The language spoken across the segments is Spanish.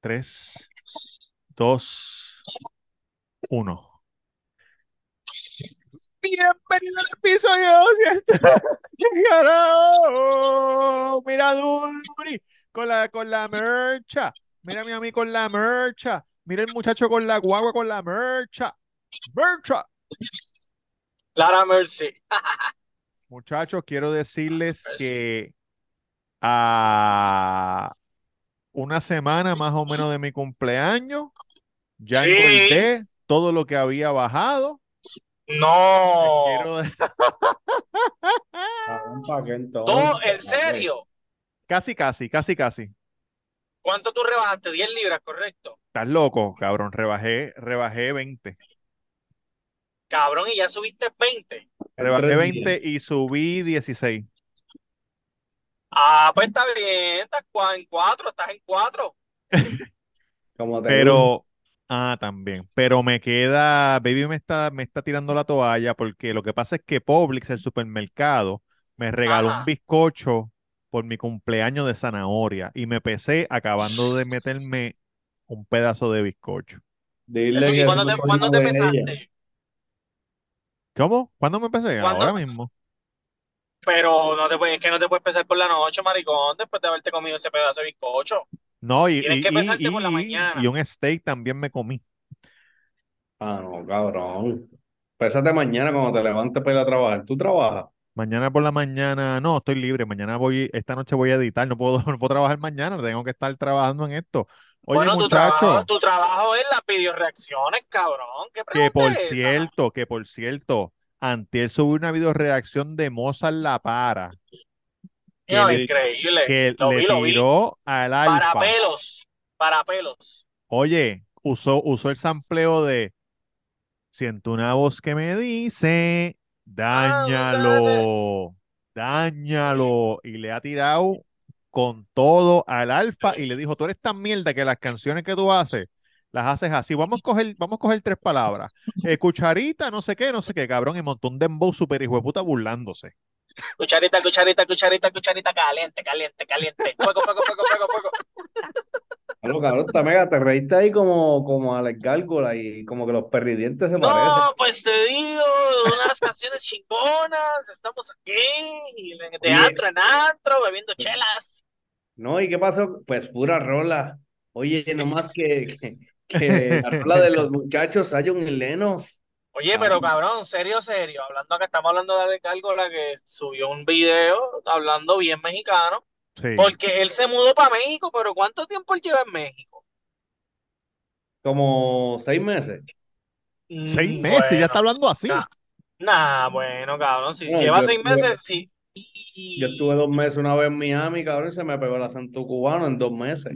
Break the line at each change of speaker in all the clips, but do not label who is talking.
Tres, dos, uno.
Bienvenido al episodio 200. Mira, Duri, con la, con la mercha. Mira, mi amigo, con la mercha. Mira el muchacho con la guagua, con la mercha. Mercha.
Clara Mercy.
Muchachos, quiero decirles
Pues
que a una semana más o menos de mi cumpleaños, ya
Sí.
engordé todo lo que había bajado.
No.
Quiero
Cabrón, ¿pa' qué entonces?
Todo, en
cabrón?
serio.
Casi, casi, casi, casi.
¿Cuánto tú rebajaste? 10 libras, correcto.
Estás loco, cabrón. Rebajé, rebajé 20.
Cabrón, y ya subiste 20.
Rebajé
tres
20 y subí 16.
Ah, pues está bien. Estás cua- en 4, estás en 4.
Como te gusta.
Pero, ah, también. Pero me queda, Baby me está, me está tirando la toalla porque lo que pasa es que Publix, el supermercado, me regaló un
Ajá.
bizcocho por mi cumpleaños de zanahoria y me pesé acabando de meterme un pedazo de bizcocho.
Dile
Eso,
que
¿Cuándo
eso
te,
no
cuándo te
es de ella.
pesaste?
¿Cómo? ¿Cuándo me empecé?
¿Cuándo?
Ahora mismo.
Pero no te, puedes- es que no te puedes pesar por la noche, maricón, después de haberte comido ese pedazo de bizcocho.
No, y,
Tienes
y-
que
y-
pesarte por la
y-
mañana.
y un steak también me comí.
Ah, no, cabrón. Pésate mañana cuando te levantes para ir a trabajar. Tú trabajas.
Mañana por la mañana, no, estoy libre. Mañana voy, esta noche voy a editar, no puedo, no puedo trabajar mañana, tengo que estar trabajando en esto. Oye,
Bueno, tu
muchacho.
trabajo, tu trabajo es las videoreacciones, cabrón. ¿Qué
Que por
pregunta es esa?
cierto, que por cierto, antier subí una videoreacción de Mozart La Para, que
No,
le-
increíble.
que
Eh, Lo
le
vi, lo vi.
tiró al
Para
alfa.
pelos, para pelos.
Oye, usó, usó el sampleo de Siento una voz que me dice,
Ah,
dáñalo, dáñalo. Y le ha tirado con todo al alfa y le dijo, tú eres tan mierda que las canciones que tú haces, las haces así. Vamos a coger, vamos a coger tres palabras. Eh, cucharita, no sé qué, no sé qué, cabrón. Y montó un dembow super hijo de puta burlándose.
Cucharita, cucharita, cucharita, cucharita, caliente, caliente, caliente. Fuego, fuego, fuego, fuego, fuego.
Algo, cabrón, te mega, te reíste ahí como, como Alex Gárgola y como que los perridientes se parecen.
No, pues te digo, una de las canciones chingonas, estamos aquí, de
Oye.
antro en antro, bebiendo chelas.
No, ¿y qué pasó? Pues pura rola. Oye, nomás que, que, que la rola de los muchachos, Zion y Lenos.
Oye,
Ah.
pero cabrón, serio, serio, hablando acá, estamos hablando de Alex Gárgola que subió un video hablando bien mexicano,
Sí.
porque él se mudó para México, pero ¿cuánto tiempo él lleva en México?
Como seis meses.
Seis
Mm,
meses, ya está
bueno.
hablando así.
ca- Nah, bueno, cabrón, si
Bueno,
lleva
yo-
seis
yo-
meses, sí. Y-
Yo estuve dos meses una vez en Miami, cabrón, y se me pegó el acento cubano en dos meses.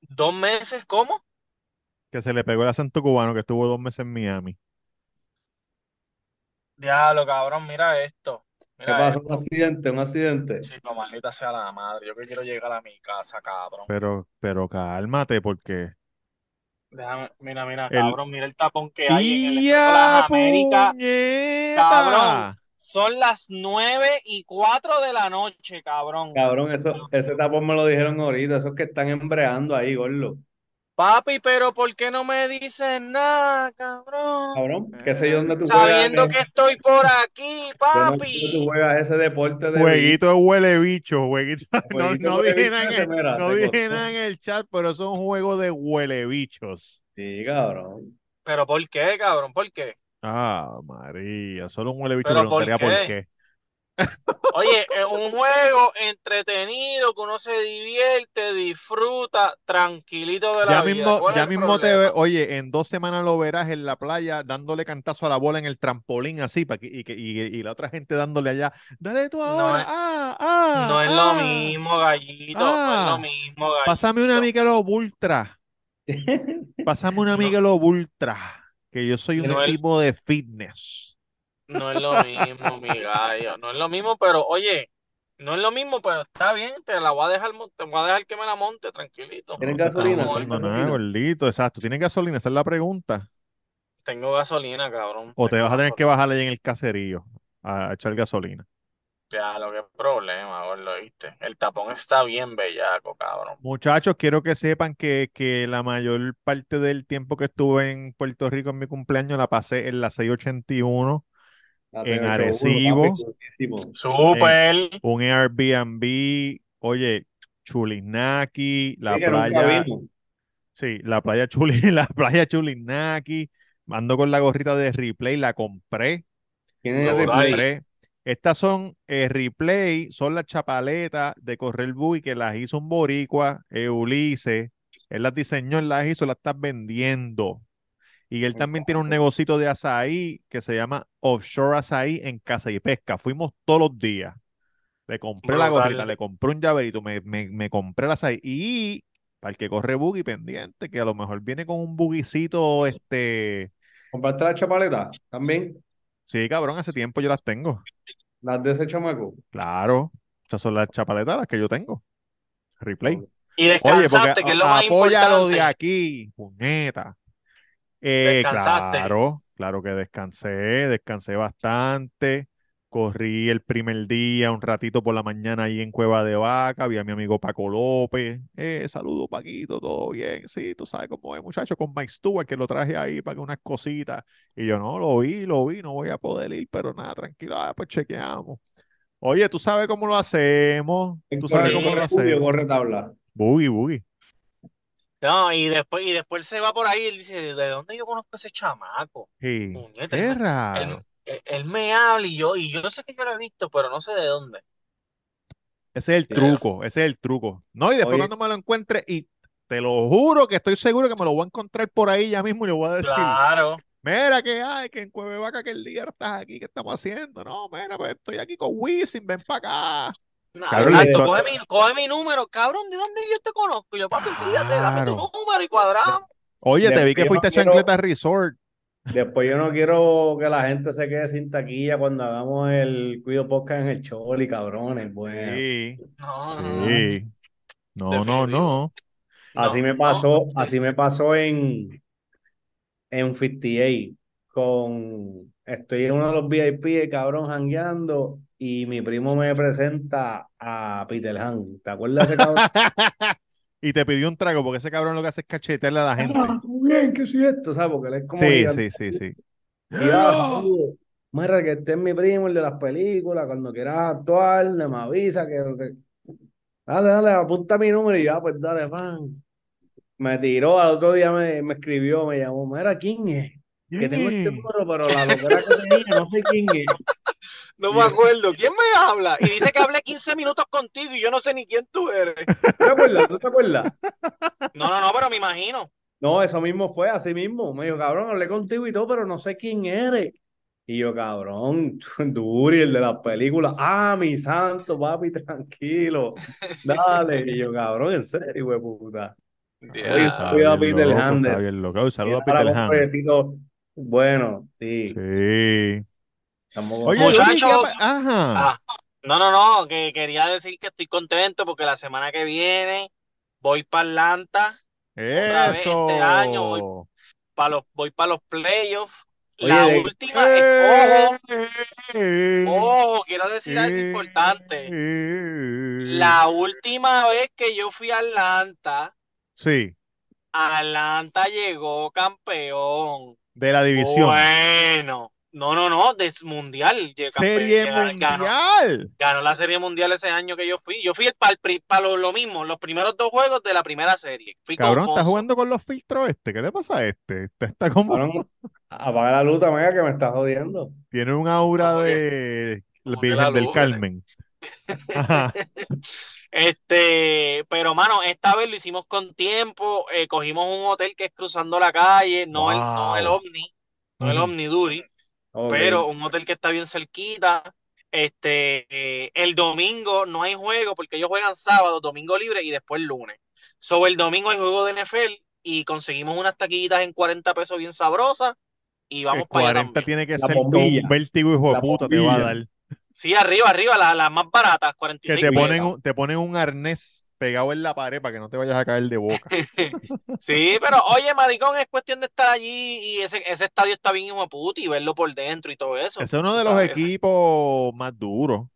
¿Dos meses? ¿Cómo?
Que se le pegó el acento cubano que estuvo dos meses en Miami.
Diablo, cabrón, mira esto.
¿Qué
Mira
pasó? Un accidente, un accidente.
esto. Chico, maldita sea la madre. Yo que quiero llegar a mi casa, cabrón.
Pero, pero cálmate, porque.
Déjame, mira, mira,
El-
cabrón, mira el tapón que hay en el Expreso de
¡Tía
las Américas.
puñeta!
Cabrón. Son las nueve y cuatro de la noche, cabrón.
Cabrón, eso, ese tapón me lo dijeron ahorita, esos que están embreando ahí, gordo.
Papi, pero ¿por qué no me dices nada, cabrón?
Cabrón, qué sé yo dónde tú juegas, eh.
Sabiendo que estoy por aquí,
yo no sé dónde tú
papi.
juegas ese deporte de
Jueguito de huele bicho, jueguito. No,
Jueguito
no
huele
dije
bicho
nada en
ese,
el,
mira,
no
te
dije
costó.
nada en el chat, pero son juegos de huele bichos.
Sí, cabrón.
Pero ¿por qué, cabrón? ¿Por qué?
Ah, María, solo un huele bicho
Pero ¿por
preguntaría por qué.
Oye, es un juego entretenido que uno se divierte, disfruta, tranquilito de la
Ya
vida.
mismo,
¿Cuál es
ya
el
mismo te ve,
problema?
oye, en dos semanas lo verás en la playa dándole cantazo a la bola en el trampolín así, pa' que- y, que- y- y la otra gente dándole allá, dale tú
No
ahora,
es-
ah, ah,
No es lo
ah.
mismo, gallito,
Ah.
no es lo mismo, gallito.
Pásame una Michelob Ultra. Pásame una
No.
Michelob Ultra. Que yo soy un
No, el-
tipo de fitness.
No es lo mismo, mi gallo. No es lo mismo, pero oye, no es lo mismo, pero está bien, te la voy a dejar, mon- te voy a dejar que me la monte, tranquilito.
No
¿Tienes
te estamos
gasolina?
montando
¿Tienes
nada,
gasolina?
gordito. Exacto. ¿Tienes gasolina? Esa es la pregunta.
Tengo gasolina, cabrón.
O te
Tengo
vas a tener que
gasolina.
bajar ahí en el caserío a echar gasolina.
Ya, lo que problema, gordo, ¿viste? El tapón está bien bellaco, cabrón.
Muchachos, quiero que sepan que, que la mayor parte del tiempo que estuve en Puerto Rico en mi cumpleaños la pasé en la 681, En Arecibo.
Súper.
un Airbnb, oye, Chulinaki, la
La
playa, sí, la playa Chuli, la playa Chulinaki, ando con la gorrita de replay, la compré.
Tiene
Lo
replay.
borraron.
Compré. Estas son eh, replay, son las chapaletas de Correr Bui que las hizo un boricua, eh, Ulises. Él las diseñó, él las hizo, las está vendiendo. Y él también tiene un negocito de azaí que se llama Offshore Azaí en Casa y Pesca. Fuimos todos los días. Le compré la
Brutal.
gorrita, le compré un llaverito, me, me, me compré la azaí. Y para el que corre buggy pendiente, que a lo mejor viene con un buguicito, este...
¿Compraste las chapaletas también?
Sí, cabrón, hace tiempo yo las tengo.
Las de ese chamaco.
Claro, estas son las chapaletas las que yo tengo. Replay.
Y
Oye, porque
descansaste, que es lo más
apóyalo de
importante.
aquí, puñeta. Eh,
Descansaste.
claro, claro que descansé, descansé bastante. Corrí el primer día, un ratito por la mañana ahí en Cueva de Vaca, vi a mi amigo Paco López. Eh, saludo, Paquito, todo bien. Sí, tú sabes cómo es, muchacho, con Mike Stewart, que lo traje ahí para que unas cositas. Y yo, no, lo vi, lo vi, no voy a poder ir, pero nada, tranquilo, ah, pues chequeamos. Oye, tú sabes cómo lo hacemos, tú sabes
Corre-
cómo lo
corre Julio,
hacemos.
corre tabla.
Boogie, boogie.
No, y después, y después se va por ahí y él dice, ¿de dónde yo conozco a ese chamaco?
Sí.
Puñeta,
Qué
él, me-
raro.
él- él- él me habla y yo, y yo sé que yo lo he visto, pero no sé de dónde.
Ese es el
Pero-
truco, ese es el truco. No, y después
Oye.
cuando me lo encuentre, y te lo juro que estoy seguro que me lo voy a encontrar por ahí ya mismo y le voy a decir,
Claro.
mira que hay, que en Cuevevaca aquel día no estás aquí, ¿qué estamos haciendo? No, mira, pues estoy aquí con Wisin, ven para acá.
No,
Cabrón,
exacto,
esto-
coge mi, coge mi número, cabrón, ¿de dónde yo te conozco? Y yo, papi, olvídate, dame tu
Claro.
número y cuadramos.
Oye, te vi que
Después
fuiste a
quiero-
Chancleta Resort.
Después yo no quiero que la gente se quede sin taquilla cuando hagamos el Cuido Podcast en el Choli, cabrones. Bueno,
Sí,
No, no, no.
sí. No, no, no.
Definitivo.
así
No,
me
no.
pasó, así me pasó en en 58 con estoy en uno de los VIP, cabrón, jangueando y mi primo me presenta a Peter Han. ¿Te acuerdas de ese cabrón?
Y te pidió un trago porque ese cabrón lo que hace es cachetearle a la gente.
Ah, ¿tú bien, ¿qué es esto? ¿Sabes? Porque él es como
Sí,
gigante.
sí, sí, sí.
Y yo, saludo. Mira, que este es mi primo, el de las películas. Cuando quieras actuar, le me avisa que. que- Dale, dale, apunta mi número. Y yo, ah, pues dale, fan. Me tiró, al otro día me, me escribió, me llamó. Mira, ¿quién es? Que tengo este número, pero la locura que tenía, no sé quién es.
No me acuerdo. ¿Quién me habla? Y dice que hablé 15 minutos contigo y yo no sé ni quién tú eres.
¿Tú te acuerdas? ¿Tú te acuerdas?
No, no, no, pero me imagino.
No, eso mismo fue, así mismo. Me dijo, cabrón, hablé contigo y todo, pero no sé quién eres. Y yo, cabrón, Duri, el de las películas. Ah, mi santo, papi, tranquilo. Dale. Y yo, cabrón, en serio, güey, puta. Oye,
Está
cuidado a
bien
Peter
loco,
Handes.
Está bien loco. Oye, Saludos a
Y ahora
Peter
con
Handes.
proyectitos, Bueno, sí.
Sí.
tampoco-
Oye,
Muchachos.
Luis, ¿qué pa- Ajá.
Ah, no, no, no, que quería decir que estoy contento porque la semana que viene voy para Atlanta, otra vez este
Eso.
año voy- para los, voy para los playoffs.
Oye,
La
de-
última, es- ojo,
Eh,
ojo, quiero decir algo
eh,
importante.
eh.
La última vez que yo fui a Atlanta,
Sí,
Atlanta llegó campeón.
de la división.
Bueno, no, no, no, des mundial. llegó campeón,
Serie
ganó-
Mundial.
Ganó la Serie Mundial ese año que yo fui. Yo fui para lo, lo mismo, los primeros dos juegos de la primera serie. Fui con
Cabrón, está
Fonso.
jugando con los filtros este. ¿Qué le pasa a este? Este está como.
Cabrón, apaga la luz, mega, que me estás jodiendo.
Tiene un aura
Como que-
de
como que
Virgen
la
del
luz, ¿verdad?
Carmen. Ajá.
Este, pero mano, esta vez lo hicimos con tiempo. eh, cogimos un hotel que es cruzando la calle, no el, no el
Wow.
Omni, no el
Ujú.
Omni Duri,
Ok.
pero un hotel que está bien cerquita. Este, eh, el domingo no hay juego porque ellos juegan sábado, domingo libre y después lunes. Sobre el domingo hay juego de NFL y conseguimos unas taquillitas en 40 pesos bien sabrosas y
El
vamos para allá
40
también.
tiene que
La
ser con
bombilla.
un vértigo, hijo de
La
puta, te va a
bombilla.
dar.
Sí, arriba, arriba, la- las más baratas,
Que
46
te
pesos.
ponen, un- te ponen un arnés pegado en la pared para que no te vayas a caer de boca.
Sí, pero oye, maricón, es cuestión de estar allí y ese, ese estadio está bien hijo de puta y verlo por dentro y todo eso.
Ese es uno de los
¿Sabes?
equipos más duros.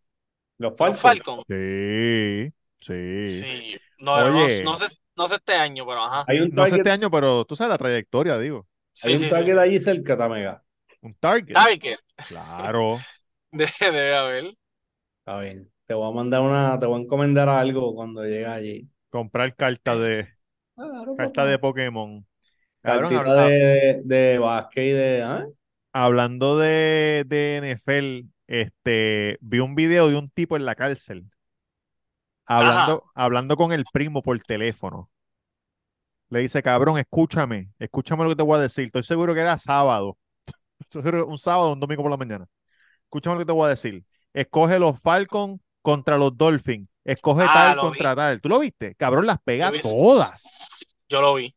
Los
Los
Falcons.
Falcons.
Sí, sí.
Sí. No,
Oye.
no, no sé, no sé este año, pero ajá.
Hay un
No sé
target,
este año, pero tú sabes la trayectoria, digo.
Sí,
hay un
sí, sí,
target
sí.
allí cerca, Tamega.
Un target.
Target.
Claro.
De- Debe haber.
Está bien. Te voy a mandar una, te voy a encomendar algo cuando llegue allí.
Comprar cartas de,
Claro,
cartas de Pokémon. Cabrón,
Cartita
habla-
de, de básquet y de. ¿ah?
hablando de, de NFL, este, vi un video de un tipo en la cárcel. Hablando, hablando con el primo por teléfono. Le dice, cabrón, escúchame, escúchame lo que te voy a decir. Estoy seguro que era sábado. Seguro, Un sábado, un domingo por la mañana. Escúchame lo que te voy a decir. Escoge los Falcons contra los Dolphins. Escoge
Ah,
tal
lo
contra tal. ¿Tú lo viste? Cabrón, las pega
Lo vi.
todas.
Yo lo vi.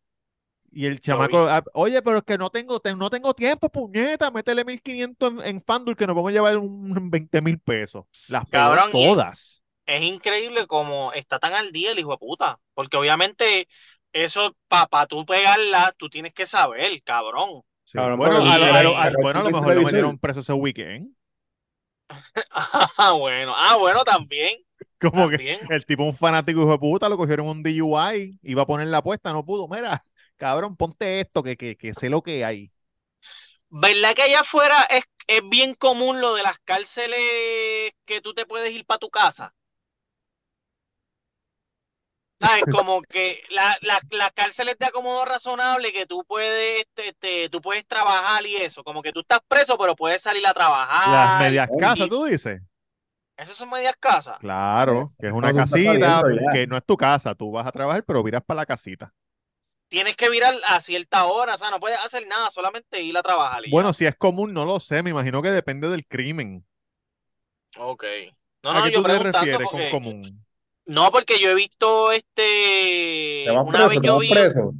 Y el chamaco, "Ah, oye, pero es que no tengo, te- no tengo tiempo, puñeta, métele 1500 en, en FanDuel que nos vamos a llevar un 20 mil pesos. Las pegó
Cabrón, y-
todas.
Es increíble como está tan al día el hijo de puta. Porque obviamente, eso, para tú pegarla, tú tienes que saber, cabrón.
Sí.
Cabrón,
Bueno,
porque
a lo,
la-
a lo-
la
a-
cárcel
bueno, a lo
del
mejor lo
televisor.
metieron preso ese weekend.
Ah, bueno. Ah, bueno, también.
Como que
También.
el tipo, un fanático hijo de puta, lo cogieron un DUI, iba a poner la apuesta, no pudo. Mira, cabrón, ponte esto, que, que, que sé lo que hay.
¿Verdad que allá afuera es, es bien común lo de las cárceles que tú te puedes ir para tu casa? ¿Sabes? Como que la- la- las cárceles de acomodo razonable que tú puedes, este, este, tú puedes trabajar y eso. Como que tú estás preso, pero puedes salir a trabajar.
Las medias
ay,
casas,
y-
tú dices.
Esas son medias casas.
Claro, que es una
tú estás
casita,
saliendo ya.
que no es tu casa, tú vas a trabajar, pero miras para la casita.
Tienes que virar a cierta hora, o sea, no puedes hacer nada, solamente ir a trabajar. y ya.
Bueno, si es común, no lo sé, me imagino que depende del crimen.
Ok. No,
¿A
no,
qué
yo
tú te
preguntando
refieres
porque-
con común?
No, porque yo he visto
Te
este.
vas
Una
preso,
vez
te
yo
vas
vi.
preso.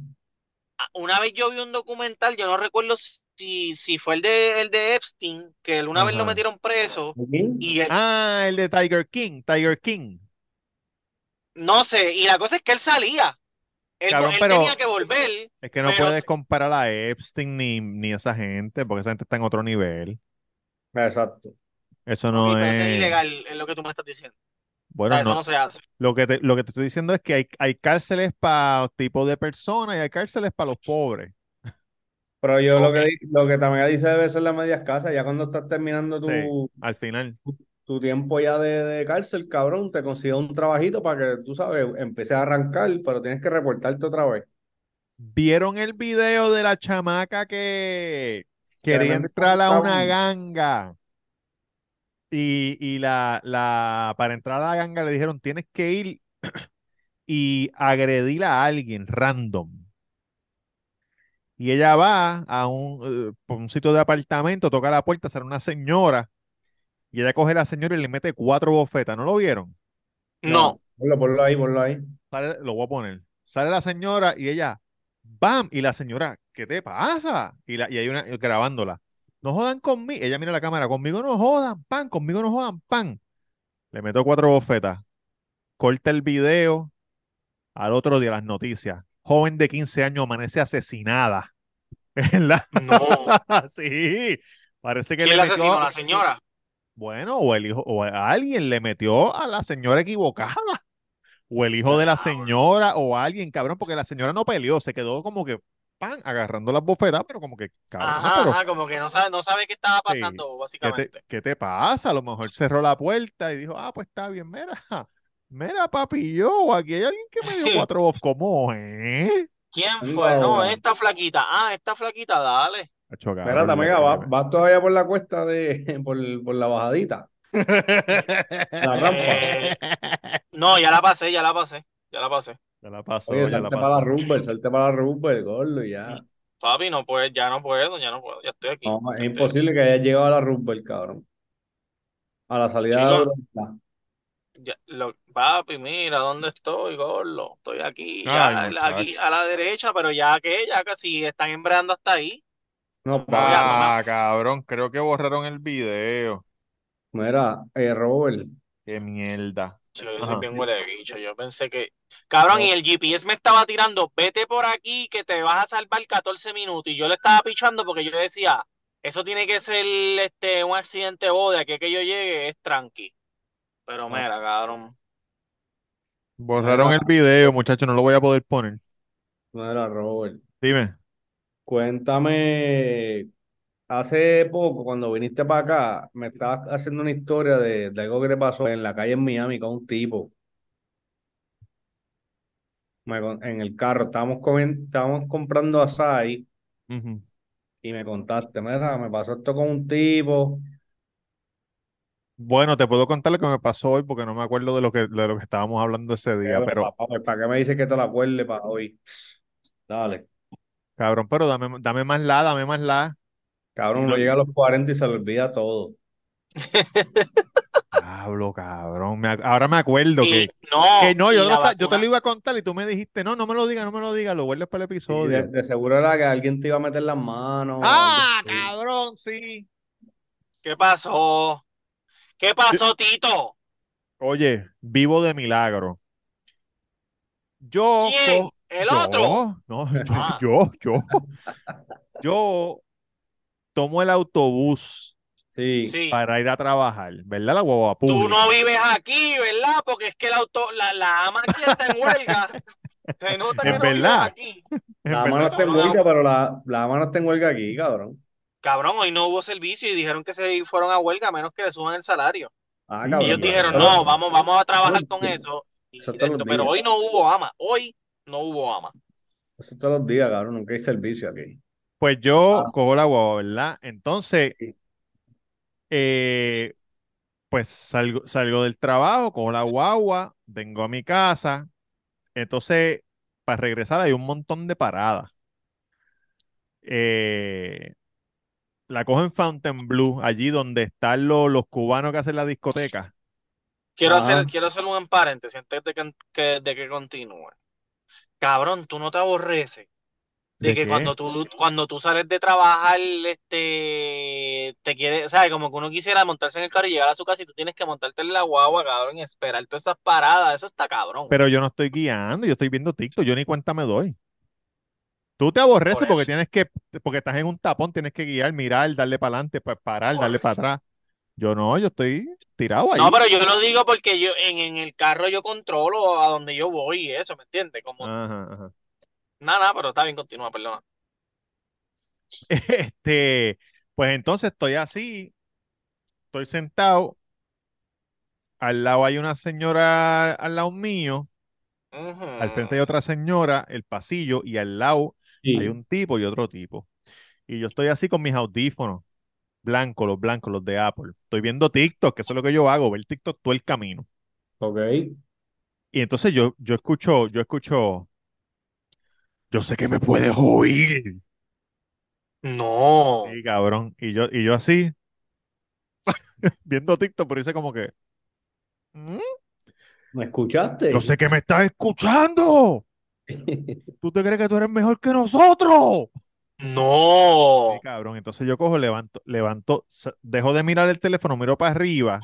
Ah, Una vez yo vi un documental, yo no recuerdo si, si fue el de, el de Epstein, que él una vez lo
Ajá.
metieron preso
¿Sí?
y él-
Ah, el de Tiger King, Tiger King.
no sé, y la cosa es que él salía. Él,
Cabrón,
él
pero-
tenía que volver.
Es que no
Pero-
puedes comparar a Epstein ni, ni a esa gente, porque esa gente está en otro nivel.
Exacto.
Eso
Ok,
no
pero eso es
es...
ilegal, es lo que tú me estás diciendo. O
Bueno,
sea, eso
no,
no se hace.
Lo que te, lo que te estoy diciendo es que hay, hay cárceles para tipo de personas y hay cárceles para los pobres.
Pero yo lo
Ok.
que, lo que también dice debe ser las medias casas. Ya cuando estás terminando tu,
Sí. Al final,
tu tiempo ya de, de cárcel, cabrón, te consigue un trabajito para que, tú sabes, empieces a arrancar, pero tienes que reportarte otra vez.
¿vieron el video de la chamaca que quería
Tremendo
entrar a una
cabrón.
ganga? Y, y la, la, para entrar a la ganga le dijeron, tienes que ir y agredir a alguien random. Y ella va a un, eh, por un sitio de apartamento, toca la puerta, sale una señora, y ella coge a la señora y le mete cuatro bofetas. ¿No lo vieron?
No.
Ponlo, ponlo ahí, ponlo ahí.
sale- lo voy a poner. Sale la señora y ella, ¡bam! Y la señora, ¿qué te pasa? Y, la, y hay una grabándola. No jodan conmigo. Ella mira la cámara, conmigo no jodan, pan, conmigo no jodan, pan. Le meto cuatro bofetas. Corta el video. Al otro día, las noticias. Joven de 15 años amanece asesinada. En la-
No.
sí. Parece que le
¿Quién la
metió-
asesinó? La señora.
bueno, o el hijo, o a alguien le metió a la señora equivocada, o el hijo de la señora, o a alguien, cabrón, porque la señora no peleó, se quedó como que, pan, agarrando las bofetadas, pero como que, cabrón, ah,
Ajá,
pero,
ajá, como que no sabe, no sabe qué estaba
Sí.
pasando,
¿qué te,
básicamente.
qué te pasa? A lo mejor cerró la puerta y dijo, ah, pues está bien, mira, ja, mira, papi, yo, aquí hay alguien que me dio cuatro bofetadas, ¿cómo, eh?
¿Quién
No.
fue? No, esta flaquita. Ah, esta flaquita, dale.
Hacho,
Mira,
cabrón, le-
Tamega,
le-
vas vas todavía por la cuesta de, por, por la bajadita. La
Eh,
rampa.
no, ya la pasé, ya la pasé, ya la pasé.
Ya la pasó,
Oye,
Oh, ya la
salte
pasó.
para la Rumble, salte para la Rumble, gordo, y ya.
Papi, no puedo, ya no puedo, ya no puedo, ya estoy aquí.
No, es
Este,
imposible que hayas llegado a la Rumble, cabrón. A la salida de la
Chico.
Europa.
ya, lo- papi, mira, ¿dónde estoy, gordo? Estoy aquí,
Ay,
ya, la- aquí
muchacho.
a la derecha, pero ya que, ya casi están embrando hasta ahí.
No,
No, ya,
papi.
no me-
Ah, cabrón, creo que borraron el video.
Mira, eh, Robert,
Qué mierda.
Sí, yo soy bien huele de bicho. Yo pensé que. Cabrón, y el GPS me estaba tirando, vete por aquí que te vas a salvar 14 minutos. Y yo le estaba pichando porque yo le decía, eso tiene que ser este, un accidente o de aquí que yo llegue es tranqui.
Ah.
Pero mira, cabrón.
Borraron el video, muchachos, no lo voy a poder poner.
Mira, Robert,
Dime.
cuéntame. Hace poco, cuando viniste para acá, me estabas haciendo una historia de, de algo que te pasó en la calle en Miami con un tipo. Me con- en el carro, estábamos, comiendo, estábamos comprando açaí
Ujú.
y me contaste, mira, me pasó esto con un tipo.
Bueno, te puedo contar lo que me pasó hoy porque no me acuerdo de lo que, de lo que estábamos hablando ese día,
Pero,
pero
papá, pues, ¿para qué me dices que te la acuerdes para hoy? Dale.
cabrón, pero dame, dame más la, dame más la.
Cabrón,
Y
uno
lo-
llega a los 40 y se le olvida todo.
Diablo, cabrón. me ac- ahora me acuerdo
Y
que,
no,
que no,
y
yo, te lo
la
esta- yo te
vacuna.
lo iba a contar y tú me dijiste, no, no me lo digas, no me lo digas, lo vuelves para el
Sí, de,
episodio.
de seguro era que alguien te iba a meter las manos o algo
¡Ah,
así.
cabrón! Sí.
¿Qué pasó? ¿Qué pasó, Tito?
Oye, vivo de milagro. Yo,
¿Quién?
co-
¿El otro?
yo, no, yo,
Ah.
yo, yo, yo tomo el autobús
Sí,
Sí.
para ir a trabajar, ¿verdad? La guagua
Tú
pública.
no vives aquí, ¿verdad? Porque es que el auto, la, la ama aquí está en huelga. Se nota que
Es
no vives
verdad,
aquí.
es
la mano
verdad.
está en
Cabrón, la-
huelga, pero la, la mano está en huelga aquí, cabrón.
cabrón, hoy no hubo servicio y dijeron que se fueron a huelga a menos que le suban el salario.
Ah,
Sí,
Ellos
cabrón, pero
dijeron,
todos los,
no, vamos, vamos a
todos
trabajar
los
con
días,
eso.
eso
Y de
todos los
esto, pero
días,
hoy no hubo ama. Hoy no hubo ama.
eso todos los días, cabrón, nunca hay servicio aquí.
Pues yo
Ah,
cojo la guagua, ¿verdad? Entonces,
sí.
eh, pues salgo, salgo del trabajo, cojo la guagua, vengo a mi casa. Entonces, para regresar hay un montón de paradas. Eh, la cojo en Fontainebleau, allí donde están lo- los cubanos que hacen la discoteca.
Quiero hacer,
Ah,
quiero hacer un paréntesis antes de que, que- de que continúe. Cabrón, tú no te aborreces de
¿De
que
qué?
cuando tú, cuando tú sales de trabajar, este, te quieres, ¿sabes? Como que uno quisiera montarse en el carro y llegar a su casa y tú tienes que montarte en la guagua, cabrón, y esperar todas esas paradas. Eso está cabrón.
Pero yo no estoy guiando, yo estoy viendo TikTok, yo ni cuenta me doy. Tú te
Por
aborreces porque
eso.
tienes que, porque estás en un tapón, tienes que guiar, mirar, darle para adelante, pa- parar, darle para
Correcto.
atrás. Yo no, yo estoy tirado
No,
ahí.
pero yo lo digo porque yo en, en el carro yo controlo a donde yo voy y eso, ¿me entiendes? Como,
Ajá, ajá.
nada, nada, pero está bien, continúa, perdona.
Este, pues entonces estoy así, estoy sentado, al lado hay una señora al lado mío,
Ujú.
al frente hay otra señora, el pasillo, y al lado hay
sí.
un tipo y otro tipo. Y yo estoy así con mis audífonos, blancos, los blancos, los de Apple. Estoy viendo TikTok, que eso es lo que yo hago, ver TikTok todo el camino.
Ok.
Y entonces yo, yo escucho, yo escucho, yo sé que me puedes oír.
No.
Sí, cabrón. Y yo, y yo así, viendo TikTok, pero hice como que, "Mm, yo
¿Me escuchaste?
sé que me estás escuchando. ¿Tú te crees que tú eres mejor que nosotros? Sí,
No.
cabrón. Entonces yo cojo, levanto, levanto, sa- dejo de mirar el teléfono, miro para arriba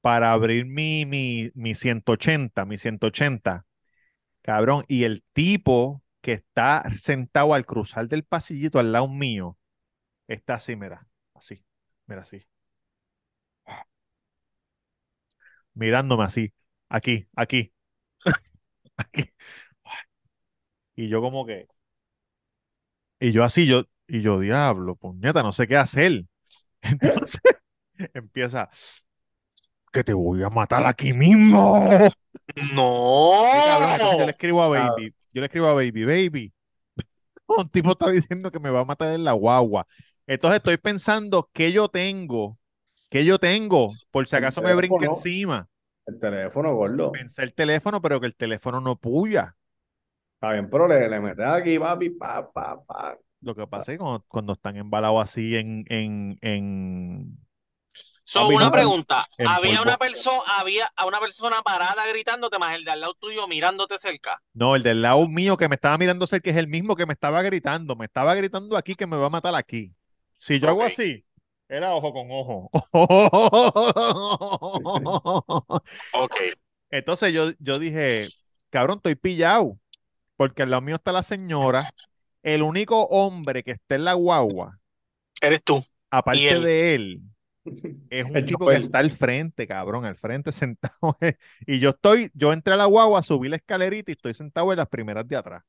para abrir mi, mi, mi 180, mi 180. Cabrón. Y el tipo que está sentado al cruzar del pasillito al lado mío, está así, mira, así, mira así, mirándome así, aquí, aquí, aquí. Y yo como que, y yo así, yo, y yo, diablo, puñeta, no sé qué hacer. Entonces empieza, que te voy a matar aquí mismo. Sí, cabrón, entonces
¡Oh!
yo le
No.
escribo a
Cabrón,
Baby, yo le escribo a Baby, Baby, un tipo está diciendo que me va a matar en la guagua. Entonces estoy pensando qué yo tengo, qué yo tengo, por si
el
acaso me brinca
teléfono,
encima.
el teléfono, gordo.
Pensé el teléfono, pero que el teléfono no puya.
Está bien, pero le, le metes aquí, papi, pa, pa, pa.
Lo que pasa es que cuando, cuando están embalados así en, en, en,
So,
papi,
una
no,
Mano,
pregunta.
en
Había una
polvo.
persona, había a una persona parada gritándote más el de al lado tuyo mirándote cerca.
No, el del lado mío que me estaba mirando que es el mismo que me estaba gritando, me estaba gritando aquí que me va a matar aquí. Si yo hago
Ok.
así, era ojo con ojo.
Sí,
O
Ok.
Entonces yo, yo dije, cabrón, estoy pillado. Porque al lado mío está la señora. El único hombre que está en la guagua,
Eres tú.
aparte
Y él.
de él, es un
El
tipo
chofer.
que está al frente, cabrón, al frente sentado. y yo estoy, yo entré a la guagua, subí la escalerita y estoy sentado en las primeras de atrás.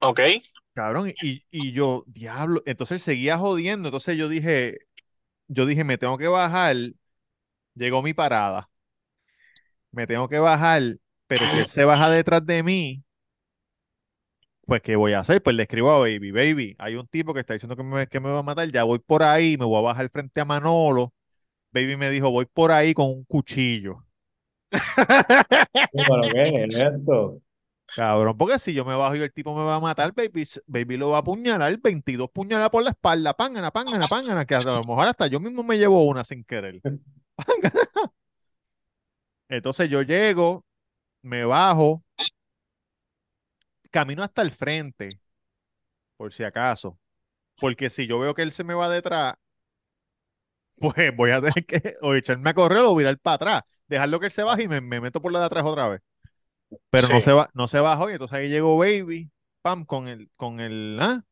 Ok.
Cabrón, y, y yo, diablo, entonces él seguía jodiendo, entonces yo dije, yo dije, me tengo que bajar, llegó mi parada, me tengo que bajar, pero si él se baja detrás de mí, pues ¿qué voy a hacer? Pues le escribo a Baby, Baby, hay un tipo que está diciendo que me, que me va a matar, ya voy por ahí, me voy a bajar frente a Manolo, Baby me dijo, voy por ahí con un cuchillo,
¿Pero qué es esto?
cabrón, porque si yo me bajo y el tipo me va a matar, Baby, s- Baby lo va a apuñalar, 22 puñaladas por la espalda, pángana, pángana, pángana, que a lo mejor hasta yo mismo me llevo una sin querer. Entonces yo llego, me bajo, camino hasta el frente, por si acaso. Porque si yo veo que él se me va detrás, pues voy a tener que o echarme a correr o virar para atrás. Dejarlo que él se baje y me, me meto por la de atrás otra vez. Pero no
Sí.
se va, no se bajó y entonces ahí llegó Baby, pam, con el, con el, ¿ah?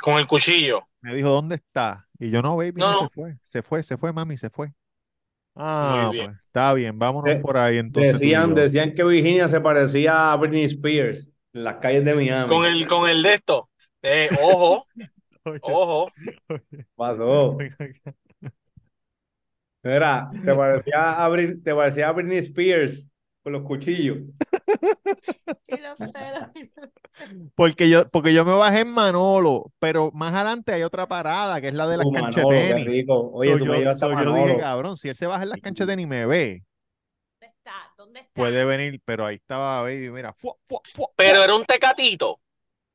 Con el cuchillo.
Me dijo, ¿dónde está? Y yo, no, Baby, no,
No,
se
no.
fue, se fue, se fue, mami, se fue. Ah,
bien. Eh,
pues está bien, vámonos
De-
por ahí entonces. tú y
Decían,
yo.
decían que Virginia se parecía a Britney Spears en las calles de Miami.
Con el, con el de esto. Eh, ojo,
Oye,
Oh.
ojo.
Pasó. Mira, te parecía a, Brit- te parecía a Britney Spears con los cuchillos.
Y los pelos, y los-
Porque yo, porque yo me bajé en Manolo, pero más adelante hay otra parada que es la de las
Uh,
canchas
Manolo,
de
qué
tenis.
rico. Oye,
So
tú me
yo,
llevas a
so yo dije, ah.
Manolo.
cabrón, si él se baja en las canchas de tenis y me ve,
¿Dónde está? ¿Dónde está?
puede venir, pero ahí estaba Baby, mira, fuá, fuá, fuá, fuá.
Pero era un tecatito.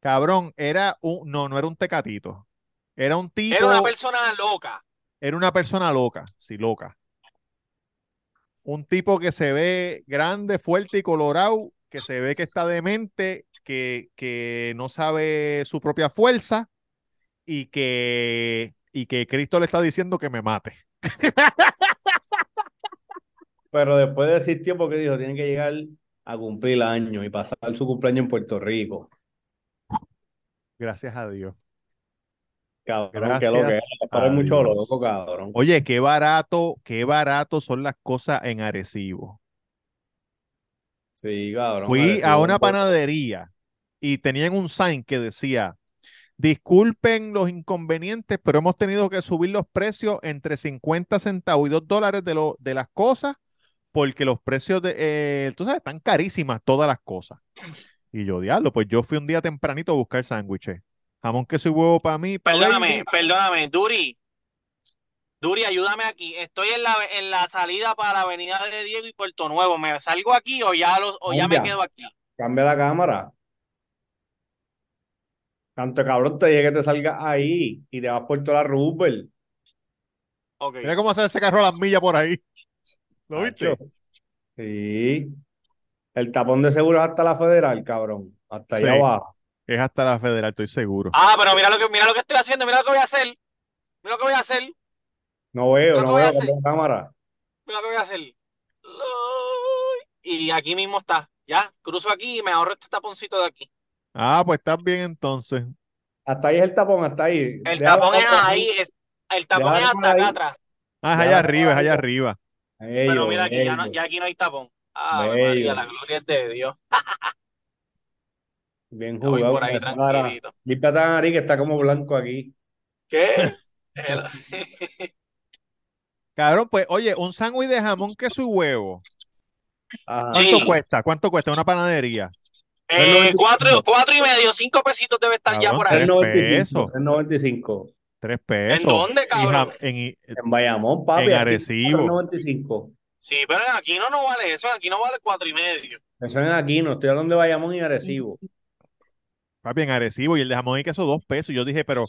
cabrón, era un, no, no era un tecatito, era un tipo,
Era una persona loca.
era una persona loca, sí, loca. Un tipo que se ve grande, fuerte y colorado, que se ve que está demente, que, que no sabe su propia fuerza y que, y que Cristo le está diciendo que me mate.
Pero después desistió porque dijo, tiene que llegar a cumplir el año y pasar su cumpleaños en Puerto Rico.
Gracias a Dios.
Cabrón, qué lo que es.
Gracias
Ahora es
a
mucho
Dios.
loco, cabrón.
Oye, qué barato, qué barato son las cosas en Arecibo.
Sí, cabrón.
Fui
parece
a una
un-
panadería y tenían un sign que decía, disculpen los inconvenientes, pero hemos tenido que subir los precios entre 50 centavos y 2 dólares de, lo, de las cosas, porque los precios de, eh, tú sabes, están carísimas todas las cosas. Y yo, diablo, pues yo fui un día tempranito a buscar sándwiches. Jamón, queso y huevo para mí, para
Perdóname, perdóname, Duri. Duri, ayúdame aquí. Estoy en la, en la salida para la avenida de Diego y Puerto Nuevo. ¿Me salgo aquí o ya, los, o ya me
Cambia.
quedo aquí?
Cambia la cámara. Tanto cabrón te dije que te salgas ahí y te vas por toda la Rubel.
Ok.
Mira cómo hace ese carro a las millas por ahí. ¿Lo viste?
Tacho. Sí. El tapón de seguros hasta la federal, cabrón. Hasta allá
Sí.
abajo.
Es hasta la federal, estoy seguro.
Ah, pero mira lo que, mira lo que estoy haciendo, mira lo que voy a hacer. Mira lo que voy a hacer.
No veo,
Pero
no
¿cómo
veo
hace?
cambia la cámara.
Mira lo que voy a hacer. Loy. Y aquí mismo está. Ya, cruzo aquí y me ahorro este taponcito de aquí.
Ah, pues estás bien entonces.
Hasta ahí es el tapón, hasta ahí.
El
Deja la
tapón es
cámara
ahí, es- el tapón
Deja
es
la
hasta
cámara
acá
ahí.
atrás.
Ah, es
Ya
allá
la
arriba, es allá
cámara.
arriba.
Pero
Bello,
mira aquí, ya, no-
bello.
ya aquí no hay tapón. Ah,
Bello.
María, la gloria es de Dios.
Bien
Ya voy
jugado
por
con
ahí
esa cara.
tranquilito.
Limpia la nariz que está como blanco aquí.
¿Qué? El-
Cabrón, pues, oye, un sándwich de jamón, queso y huevo.
Ajá.
Sí.
¿Cuánto cuesta? ¿Cuánto cuesta una panadería?
Eh, cuatro, cuatro y medio, cinco pesitos debe
Ah,
estar ya
Cabrón,
por ahí.
395.
pesos.
395.
Tres pesos.
dónde,
Y
cabrón?
jam- en i-
En Bayamón, papi.
En
aquí,
Arecibo.
395.
Sí, pero aquí no, no vale eso, aquí no vale cuatro y medio.
Eso es aquí, no estoy hablando de Bayamón y Arecibo.
papi, en Arecibo. Y el de jamón y queso, dos pesos. Yo dije, pero,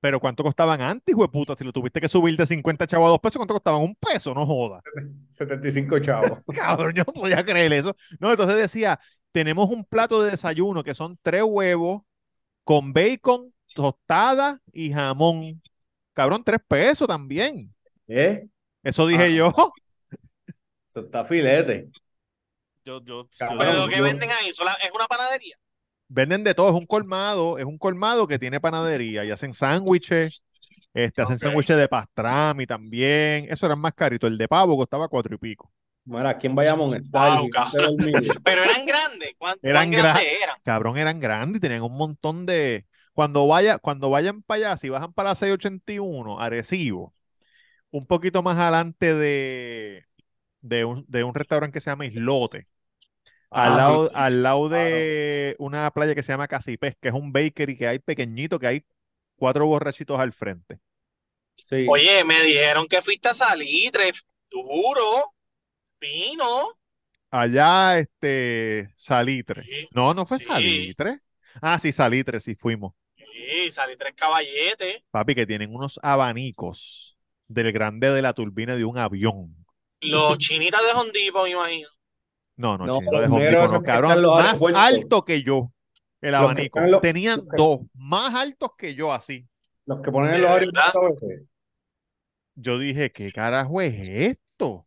pero ¿cuánto costaban antes, hijo de puta? Si lo tuviste que subir de 50 chavos a dos pesos, ¿cuánto costaban? Un peso, no joda.
75 chavos.
Cabrón, yo no podía creer eso. No, entonces decía, tenemos un plato de desayuno que son tres huevos con bacon, tostada y jamón. Cabrón, tres pesos también.
Ah.
¿Eh?
Eso dije yo.
Eso está filete.
Yo, yo,
Cabrón,
Pero
yo-
lo que
yo-
venden ahí son la- es una panadería.
Venden de todo, es un colmado, es un colmado que tiene panadería y hacen sándwiches, este, hacen
Ok.
sándwiches de pastrami también, eso era más carito, el de pavo costaba cuatro y pico.
Mira, aquí en Bayamón está el
Wow,
gigante
cabrón.
dormido.
Pero eran grandes. ¿Cuán,
Eran
eran
gra-
grandes eran?
Cabrón, eran grandes y tenían un montón de... Cuando, vaya, cuando vayan para allá, si bajan para la 681, Arecibo, un poquito más adelante de, de, un, de un restaurante que se llama Islote, al,
Ah,
lado,
sí.
al lado de una playa que se llama Casipes, que es un bakery que hay pequeñito, que hay cuatro borrachitos al frente.
Sí.
Oye, me dijeron que fuiste a Salitre. Duro. Pino.
Allá, este, Salitre.
Sí,
No, no fue
Sí.
Salitre. Ah, sí, Salitre, sí fuimos.
sí, Salitre es caballete.
Papi, que tienen unos abanicos del grande de la turbina de un avión.
Los chinitas de Hondipo, me imagino.
No, no,
No,
chino,
los
de Home
negros
Depot,
esos
no,
que
cabrón,
están en los
más
aeropuertos.
alto que yo, el
Los que
abanico.
están en los-
Tenían
los que-
dos, más altos que yo, así.
Los que ponen en
¿De
los
verdad?
aeropuertos a veces.
Yo dije, ¿qué carajo es esto?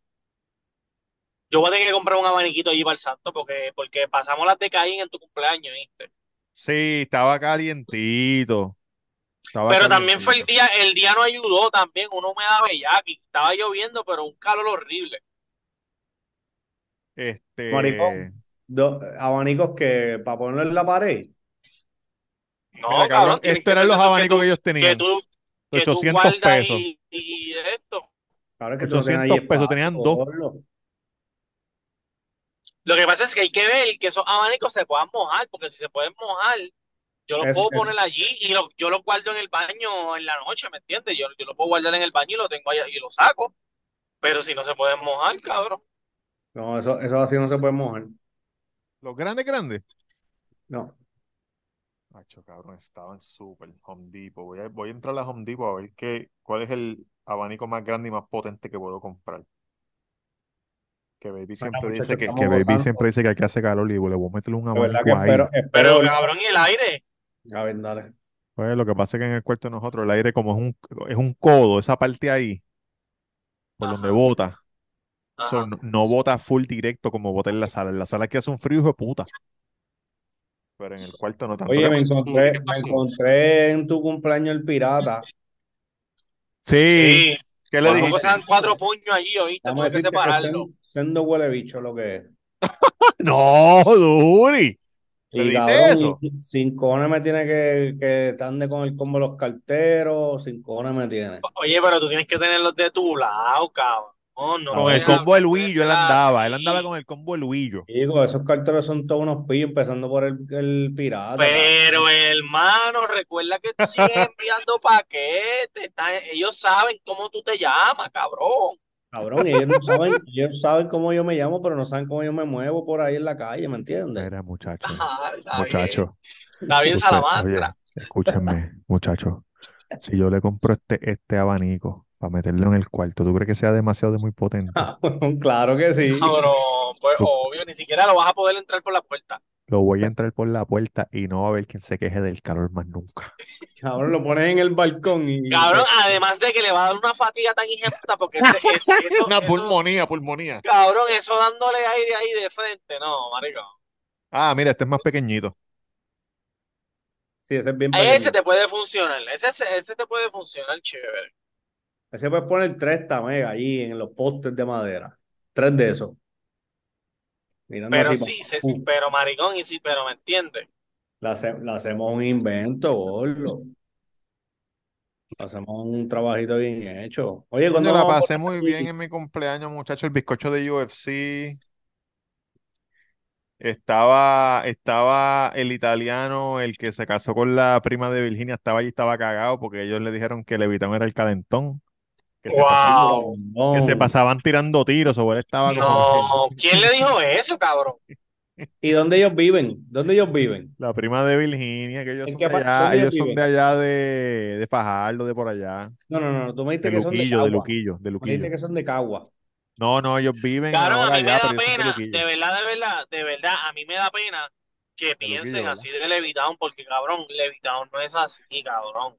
Yo voy a tener que comprar un abaniquito allí para el santo porque, porque pasamos las de Caín en tu cumpleaños, ¿viste?
Sí, estaba calientito. Estaba
Pero también fue el
calientito.
día, el día no ayudó también, uno me da bellaki, estaba lloviendo, pero un calor horrible.
Este,
Maricón. Dos abanicos que para ponerlo en la pared.
No,
mira, cabrón,
cabrón, tienes
estos eran
ser
los
de esos
abanicos que ellos
tú,
tenían.
que tú, que tú
800
guardas
pesos.
Y, y esto.
Claro es que tú no
800
tienes ahí
pesos,
espacio,
tenían dos.
gordo.
Lo que pasa es que hay que ver que esos abanicos se puedan mojar, porque si se pueden mojar, yo los
Es-
puedo
es-
poner allí y lo- yo los guardo en el baño en la noche, ¿me entiendes? Yo, yo los puedo guardar en el baño y lo tengo allá y lo saco. Pero si no se pueden mojar, cabrón.
No, eso, eso así no se puede mojar.
Los grandes, grandes.
No.
Nacho, cabrón, estaban súper Home Depot. Voy a, voy a entrar a Home Depot a ver qué, cuál es el abanico más grande y más potente que puedo comprar. Que Baby
Saca,
siempre dice
muchacho,
que,
estamos
que Baby
gozando.
siempre dice que hay que hacer calor y le voy a meterle un
De verdad
abanico
que
Ah, pues ahí.
espero, espero.
Pero, cabrón, y el aire.
A ver, dale.
Pues lo que pasa es que en el cuarto de nosotros el aire como es un, es un codo, esa parte ahí, por
Ajá.
donde bota,
Ajá.
so, no, no bota full directo como bota en la sala. En la sala que hace un frío hijo de puta. Pero en el cuarto no tanto.
Oye,
¿Qué
me
pasó?
encontré,
¿Qué
me
pasó?
encontré en tu cumpleaños el pirata.
Sí,
Sí, pues,
¿qué le
tampoco
dijiste?
se dan cuatro puños allí, ¿oíste?
Vamos a
Tuve que
decirte que
separarlo.
sen- sendo huele bicho lo que es.
No, Duri. ¿Le
Y
diste
cabrón,
eso?
y sin cojones me tiene que, que estarme con el combo de los carteros, sin cojones me tiene.
Oye, pero tú tienes que tenerlos de tu lado, cabrón. No, no
Con el
puedes-
combo de
no puedes
Luillo, él
ser
andaba. Él
así.
andaba con el combo de Luillo.
Y digo, esos carteros son todos unos pillos, empezando por el, el pirata.
Pero hermano, recuerda que tú sigues enviando paquetes. está- Ellos saben cómo tú te llamas, cabrón.
Cabrón, y ellos no saben, ellos saben cómo yo me llamo, pero no saben cómo yo me muevo por ahí en la calle, ¿me entiendes?
Mira, muchacho.
Ajá, Ah, está bien.
Muchacho.
Está bien,
usted-
Salamandra.
oye, escúchame, muchacho. Si yo le compro este, este abanico para meterlo en el cuarto, ¿tú crees que sea demasiado de muy potente?
Ah.
Claro que sí.
Cabrón, pues
Tú-
obvio, ni siquiera lo vas a poder entrar por la puerta.
Lo voy a entrar por la puerta y no va a haber quien se queje del calor más nunca.
Cabrón, lo pones en el balcón y
Cabrón, además de que le va a dar una fatiga tan ingesta porque ese- ese- eso, eso-
pulmonía.
cabrón, eso dándole aire ahí de frente, no, marico.
Ah, mira, este es más pequeñito.
sí, ese es bien
A Ese
pequeño.
te puede funcionar, ese, ese- ese te puede funcionar chévere.
Ese puedes poner tres tamegas allí en los postes de madera. Tres de esos. Mirando
Pero
así
sí, pues. se-
Uh,
pero maricón, y sí, pero me entiendes.
la, hace- la hacemos un invento, gordo. La Hacemos un trabajito bien hecho. Oye,
Yo
cuando
la pasé muy bien en mi cumpleaños, muchacho. El bizcocho de UFC. Estaba, estaba el italiano, el que se casó con la prima de Virginia, estaba allí, estaba cagado porque ellos le dijeron que Levitón era el calentón. Que se, pasaban,
Wow.
que se pasaban tirando tiros, o él estaba como.
No, ¿quién le dijo eso, cabrón?
¿Y dónde ellos viven? ¿Dónde ellos viven?
La prima de Virginia, que ellos
¿En
son
qué
de
pa-
allá,
dónde ellos
ellos son
viven?
de allá de, de Fajardo, de por allá.
No, no, no, tú me dijiste
De
que son de
Luquillo, de
Cagua.
Luquillo, de
Me dijiste
Luquillo.
que son de Cagua.
No, no, ellos viven
Cabrón, a
ahora
mí me
allá, pero
da
ellos son de
pena,
Luquillo.
de verdad, de verdad, de verdad, a mí me da pena que piensen
¿verdad?
así de Levitown, porque cabrón, Levitown no es así, cabrón.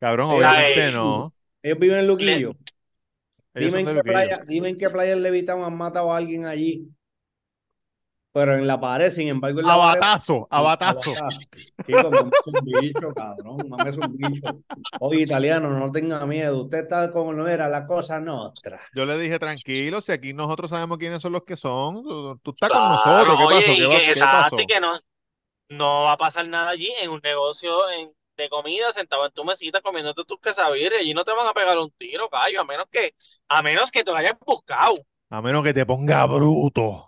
Cabrón,
Ellos
obviamente
Ay.
no.
Ellos viven en Luquillo.
Ellos
Dime
son
en, qué
del Guillo.
playa, dime en qué playa en Levitown han matado a alguien allí. Pero en la pared, sin embargo, en la
A
pared-
batazo, a batazo.
Chico, mames un bicho, cabrón, mames un bicho. Oye, italiano, no tenga miedo. Usted está como no era la cosa nuestra.
Yo le dije, tranquilo, si aquí nosotros sabemos quiénes son los que son, tú, tú estás con
Claro,
nosotros, ¿qué
oye,
pasó?
y
¿Qué, va-
que-
qué
exacto,
pasó?
y que no, no va a pasar nada allí en un negocio en- de comida, sentado en tu mesita comiéndote tus quesadillas, allí no te van a pegar un tiro, callo, a menos que, a menos que te lo hayas buscado.
A menos que te ponga bruto.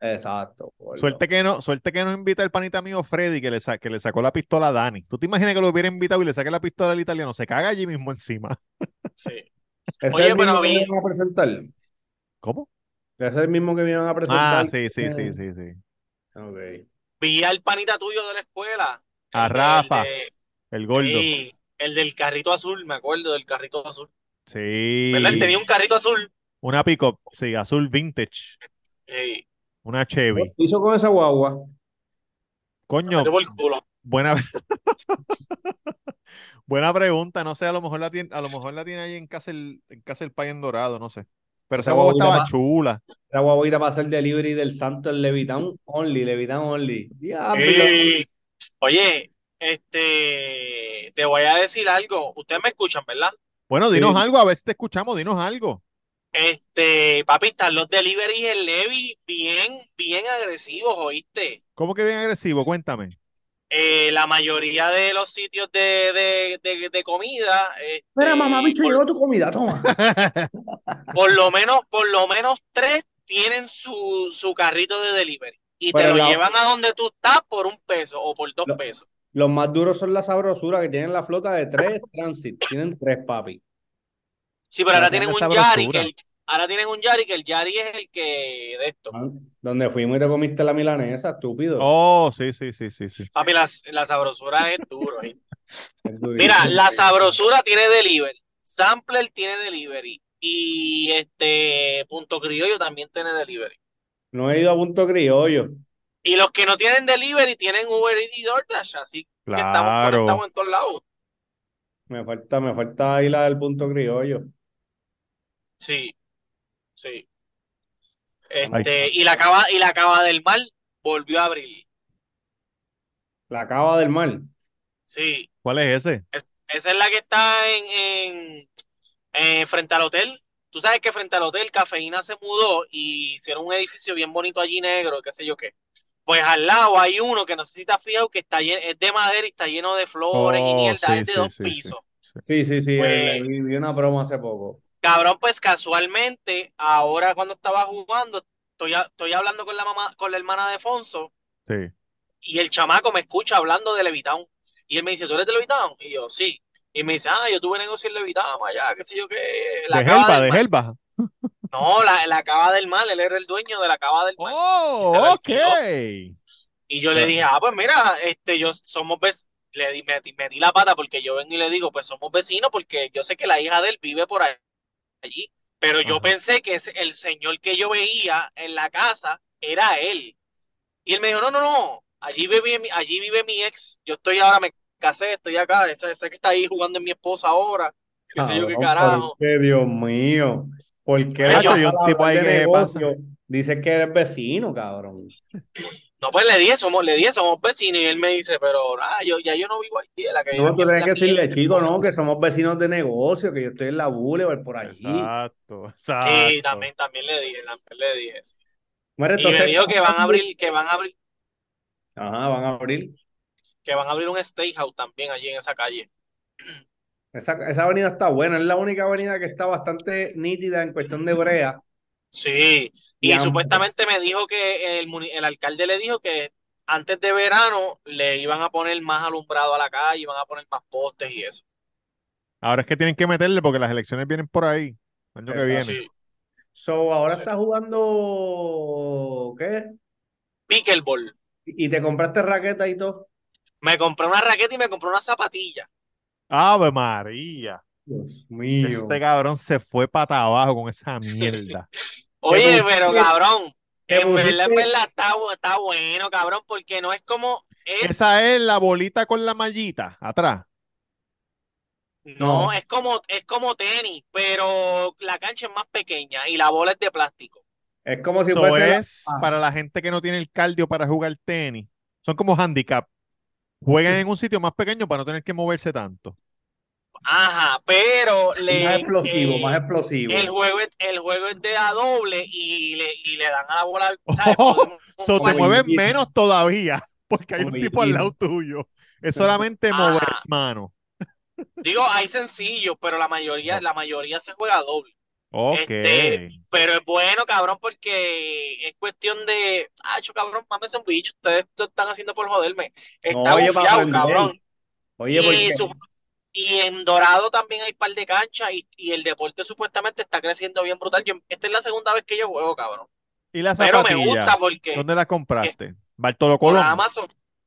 Exacto. gordo.
Suerte que no, suerte que no invita el panita mío Freddy que le, sa- que le sacó la pistola a Dani. ¿Tú te imaginas que lo hubiera invitado y le saque la pistola al italiano? Se caga allí mismo encima.
Sí.
Ese es
Oye,
el mismo
pero
que
vi-
me iban a presentar. Ese
¿Cómo?
es el mismo que me iban a
Ah,
presentar.
sí, sí, sí, sí, sí.
Ok.
Vi al panita tuyo de la escuela.
A
el de-
Rafa,
el de-
El gordo.
sí, el del carrito azul, me acuerdo del carrito azul.
Sí.
¿Verdad? Él tenía un carrito azul.
Una pick-up, sí, azul vintage.
Sí,
Una Chevy.
¿Qué hizo con esa guagua?
Coño,
metió por el culo.
buena, buena pregunta. No sé, a lo mejor la tiene, a lo mejor la tiene ahí en casa el, en casa el Pay en Dorado, no sé. Pero esa
Esa
guagua
guaguita
estaba
va-
chula.
Esa guaguita va a ser delivery del santo en Levitown Only, Levitown Only. Diablo.
Sí. Oye, este, te voy a decir algo. Ustedes me escuchan, ¿verdad?
Bueno, dinos
Sí.
algo, a ver si te escuchamos, dinos algo.
Este, papi, están los deliveries en Levi bien, bien agresivos, ¿oíste?
¿Cómo que bien agresivo? Cuéntame.
Eh, la mayoría de los sitios de, de, de, de comida, este,
Espera, mamá, bicho,
por,
llegó tu comida, toma.
por lo menos, por lo menos tres tienen su, su carrito de delivery y te
Pero
lo
la-
llevan a donde tú estás por un peso o por dos
Lo-
pesos.
Los más duros son la sabrosura que tienen la flota de tres Transit. Tienen tres, papi.
Sí, pero
La
ahora tienen
carne
un Yari que
sabrosura.
el, ahora tienen un Yari que el Yari es el que de
Ah,
esto.
Donde fuimos y te comiste la milanesa, estúpido.
Oh, sí, sí, sí, sí, sí.
Papi, la, la sabrosura es duro, ¿oíste?
Es durísimo.
Mira, la sabrosura tiene delivery, Sampler tiene delivery y este Punto Criollo también tiene delivery.
No he ido a punto criollo.
Y los que no tienen delivery tienen Uber Eats y DoorDash, así que estamos
Claro.
conectados en todos lados.
Me falta, me falta ir la del punto criollo.
Sí, sí.
Ahí está.
Este, y la cava, y la cava del mar volvió a abrir.
La cava del mar.
Sí.
¿Cuál es ese?
Esa es la que está en, en- eh, frente al hotel. Tú sabes que frente al hotel Cafeína se mudó y hicieron un edificio bien bonito allí negro, qué sé yo qué. Pues al lado hay uno que no sé si te has fijado que está llen- es de madera y está lleno de flores y
Oh,
mierda,
sí,
es de
sí,
dos
sí, sí.
pisos.
Sí, sí, sí.
Pues-
eh, vi, vi una promo hace poco.
Cabrón, pues casualmente, ahora cuando estaba jugando, estoy, a- estoy hablando con la mamá, con la hermana de Fonso
Sí.
y el chamaco me escucha hablando de Levitown. Y él me dice, ¿tú eres de Levitown? Y yo, sí. Y me dice, ah, yo tuve negocio en Levitown allá, qué sé yo qué, la
De
cava
Helva,
del
de
mar.
Helva.
No, la, la cava del mal, él era el dueño de la cava del mal. se la
Oh, ok.
Y yo le
Pero-
dije, ah, pues mira, este, yo somos vecinos, le di, me, di- me di la pata porque yo vengo y le digo, pues somos vecinos porque yo sé que la hija de él vive por ahí- allí. Pero yo
Ajá.
pensé que es el señor que yo veía en la casa era él. Y él me dijo, no, no, no, allí vive mi, allí vive mi ex, yo estoy ahora, me casé, estoy acá, esa, esa que está ahí jugando en mi esposa ahora, qué sé yo qué
Cabrón, ¿por
carajo.
qué, Dios mío. ¿Por qué
Ay,
la
yo-
pasada
Hay un
al
tipo
hablar
ahí
de
que pasa.
negocio dices que eres vecino, cabrón?
No, pues le dije, somos, le dije, somos vecinos. Y él me dice, pero ah, yo, ya yo no vivo aquí, este, la que vive
No,
es
tú
mi-
tienes
la
que
mi
decirle,
ex
chico,
esposa".
no, que somos vecinos de negocio, que yo estoy en la Boulevard por allí.
Exacto,
Sí,
exacto.
también, también le dije, también le dije. sí.
Mira,
Y me
entonces-
dijo que van a abrir, que van a abrir,
Ajá, van a abrir.
que van a abrir un steakhouse también allí en esa calle.
Esa, esa avenida está buena, es la única avenida que está bastante nítida en cuestión de brea.
Sí, y
amplia.
supuestamente me dijo que el, muni- el alcalde le dijo que antes de verano le iban a poner más alumbrado a la calle, iban a poner más postes y eso.
Ahora es que tienen que meterle porque las elecciones vienen por ahí. El año que
Exacto.
viene.
Sí.
So, ahora
Sí.
estás jugando, ¿qué?
Pickleball.
Y te compraste raqueta y todo.
Me compré una raqueta y me compré una zapatilla.
Ave María.
Dios mío.
Este cabrón se fue pata abajo con esa mierda.
Oye,
pusiste-
pero cabrón,
te
en verdad, en
pusiste-
verdad está, bu- está bueno, cabrón, porque no es como es,
Esa es la bolita con la mallita atrás.
No,
No.
es como, es como tenis, pero la cancha es más pequeña y la bola es de plástico.
Es como si
Eso
fuese la-
es para la gente que no tiene el cardio para jugar tenis. Son como handicap. Juegan en un sitio más pequeño para no tener que moverse tanto.
Ajá, pero le,
más explosivo,
eh,
más explosivo.
el juego es, el juego es de a doble y le, y le dan a la bola, ¿sabes?
Oh,
Podemos-
So, te
Como
mueves
individuo.
menos todavía porque hay un
Como
tipo al
individuo.
lado tuyo. Es solamente
Ajá.
mover mano.
Digo, hay sencillos, pero la mayoría, la mayoría se juega a doble.
Ok.
Este, Pero es bueno, cabrón, porque es cuestión de, ah, yo, cabrón, mames un bicho, ustedes lo están haciendo por joderme. Está
oye, para
bufiado,
aprender.
cabrón.
Oye, porque
Y, su- y en Dorado también hay par de canchas y, y el deporte supuestamente está creciendo bien brutal. Yo, esta es la segunda vez que yo juego, cabrón.
¿Y la
Pero me
zapatilla?
gusta porque
¿Dónde la compraste? Bartolo
por
Colón.
Amazon.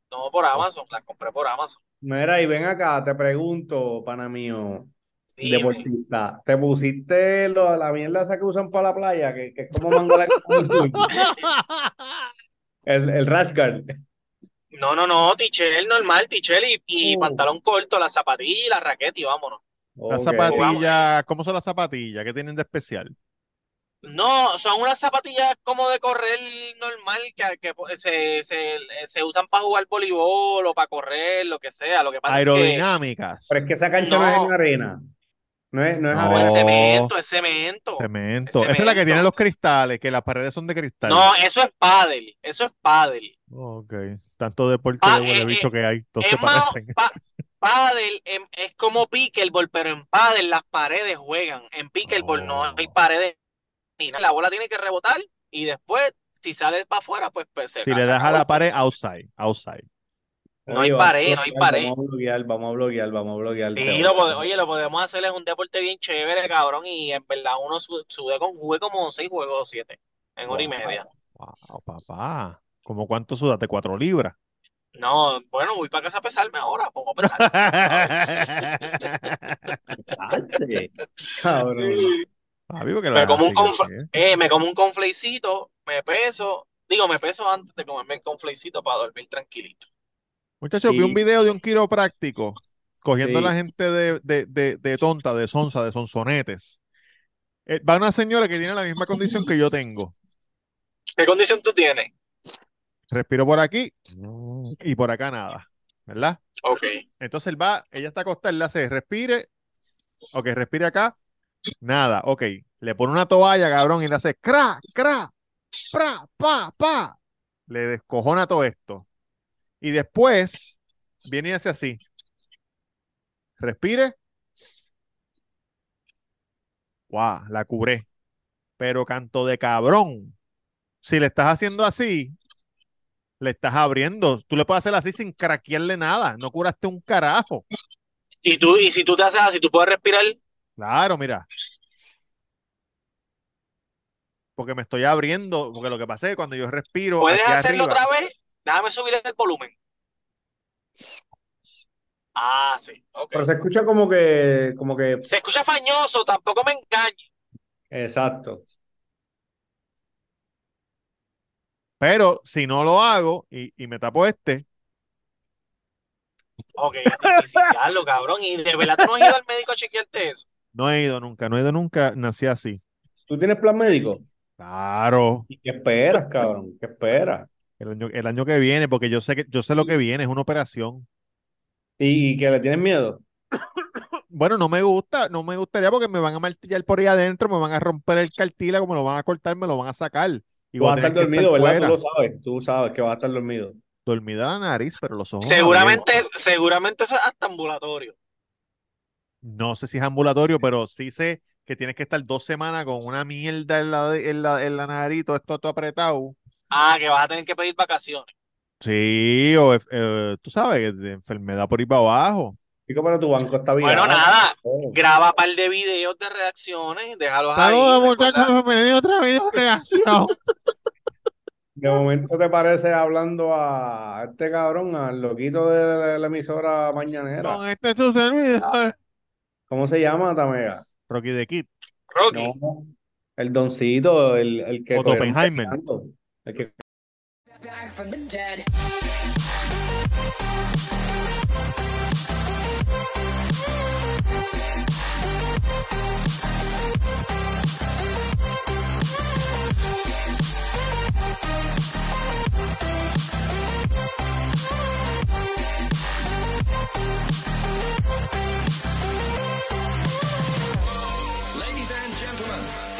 No, por Amazon. La compré por Amazon.
mira, y ven acá, te pregunto, pana mío,
Dime.
deportista, ¿te pusiste lo- la mierda esa que usan para la playa, que, que es como mango la- el, el rash guard?
No, no, no. Tichel normal, tichel y, y
Uh.
pantalón corto, la zapatilla y la raqueta y vámonos.
Las
Ok.
zapatillas, ¿cómo son las zapatillas? ¿Qué tienen de especial?
No, son unas zapatillas como de correr normal que, que se, se, se usan para jugar voleibol o para correr, lo que sea. Lo que pasa es que...
Aerodinámicas.
Pero es que esa cancha no, es
No.
en arena. No es, no es
No.
No,
arena.
pues, es
Oh.
cemento, es cemento.
Cemento.
es
Esa es la que
cemento.
tiene los cristales, que las paredes son de cristal.
No, eso es pádel, eso es pádel.
Ok. Tanto deporte
Ah,
de huele
eh,
bicho
eh,
que hay. Todos se
Es más,
parecen.
pa- pádel em, es como pickleball, pero en pádel las paredes juegan. En pickleball no
Oh.
hay paredes ni nada. La bola tiene que rebotar y después, si sales para afuera, pues, pues, se
Si
la-
le
se
das a
acabó
la
el
pared,
punto.
outside. Outside.
no hay
vamos a
pared, no hay
bloquear,
pared.
Vamos a bloquear, vamos a bloquear, vamos a bloquear.
Sí, lo pode- oye, lo podemos hacer, es un deporte bien chévere, cabrón, y en verdad uno su- sube con, jugué como seis juegos o siete en hora y
Wow.
media.
Wow, papá. ¿Cómo cuánto sudaste? Cuatro libras.
No, bueno, voy para casa a pesarme ahora, pongo a pesar.
Salte, Cabrón.
Papi, porque
Me
la-
como un
así que
conf-
sí.
Eh, me como un conflecito, me peso, digo, me peso antes de comerme el conflecito para dormir tranquilito.
Muchachos, vi un
Y-
video de un quiropráctico cogiendo
Sí.
a la gente de, de- de- de tonta, de sonza, de sonsonetes. Eh, va una señora que tiene la misma condición que yo tengo.
¿Qué condición tú tienes?
Respiro por aquí y por acá nada, ¿verdad?
Ok.
Entonces él va, ella está acostada, él le hace, respire, ok, respire acá, nada, ok. Le pone una toalla, cabrón, y le hace, cra, cra, pra, pa, pa. Le descojona todo esto. Y después viene y hace así. Respire. Guau, la cubré. Pero canto de cabrón. Si le estás haciendo así, le estás abriendo. Tú le puedes hacer así sin craquearle nada. No curaste un carajo.
Y tú, y si tú te haces así, tú puedes respirar.
Claro, mira. Porque me estoy abriendo. Porque lo que pasa es que cuando yo respiro
¿Puedes
aquí
hacerlo
arriba,
otra vez? Déjame subir el volumen. Ah, sí, ok.
Pero se escucha como que, como que,
Se escucha fañoso, tampoco me engañes.
exacto.
Pero si no lo hago y, y me tapo este,
Ok, investigarlo, cabrón. Y de verdad tú no has ido al médico a chequearte eso.
no he ido nunca, no he ido nunca, nací así.
¿Tú tienes plan médico?
Claro,
¿Y qué esperas, cabrón? ¿Qué esperas?
el año, el año que viene, porque yo sé que yo sé lo que viene, es una operación.
¿Y, y que le tienes miedo?
Bueno, no me gusta, no me gustaría porque me van a martillar por ahí adentro, me van a romper el cartílago, me lo van a cortar, me lo van a sacar. Y
Tú
voy
vas
a
a estar
tener que
dormido,
estar
¿verdad? Tú
fuera,
lo sabes, tú sabes que vas a estar dormido.
dormida la nariz, pero los ojos
Seguramente,
abiertos.
seguramente eso es hasta ambulatorio.
No sé si es ambulatorio, pero sí sé que tienes que estar dos semanas con una mierda en la, en la, en la nariz, todo esto todo apretado.
Ah, que vas a tener que pedir vacaciones.
Sí, o eh, tú sabes, de enfermedad por ir para abajo.
Chico, pero tu banco está bien. oh,
Bueno, nada. Graba par de videos de reacciones, déjalos ahí.
Saludos,
recuerda-
muchachos, bienvenidos otra vez a Reacción.
De momento te parece hablando a este cabrón, al loquito de la, la emisora mañanera.
Con este es su servidor.
¿Cómo se llama, Tamega?
Rocky de Kid.
Rocky.
No, el doncito, el, el que
O
cogieron
Oppenheimer.
peleando, el que
Back from the dead.
Ladies and gentlemen,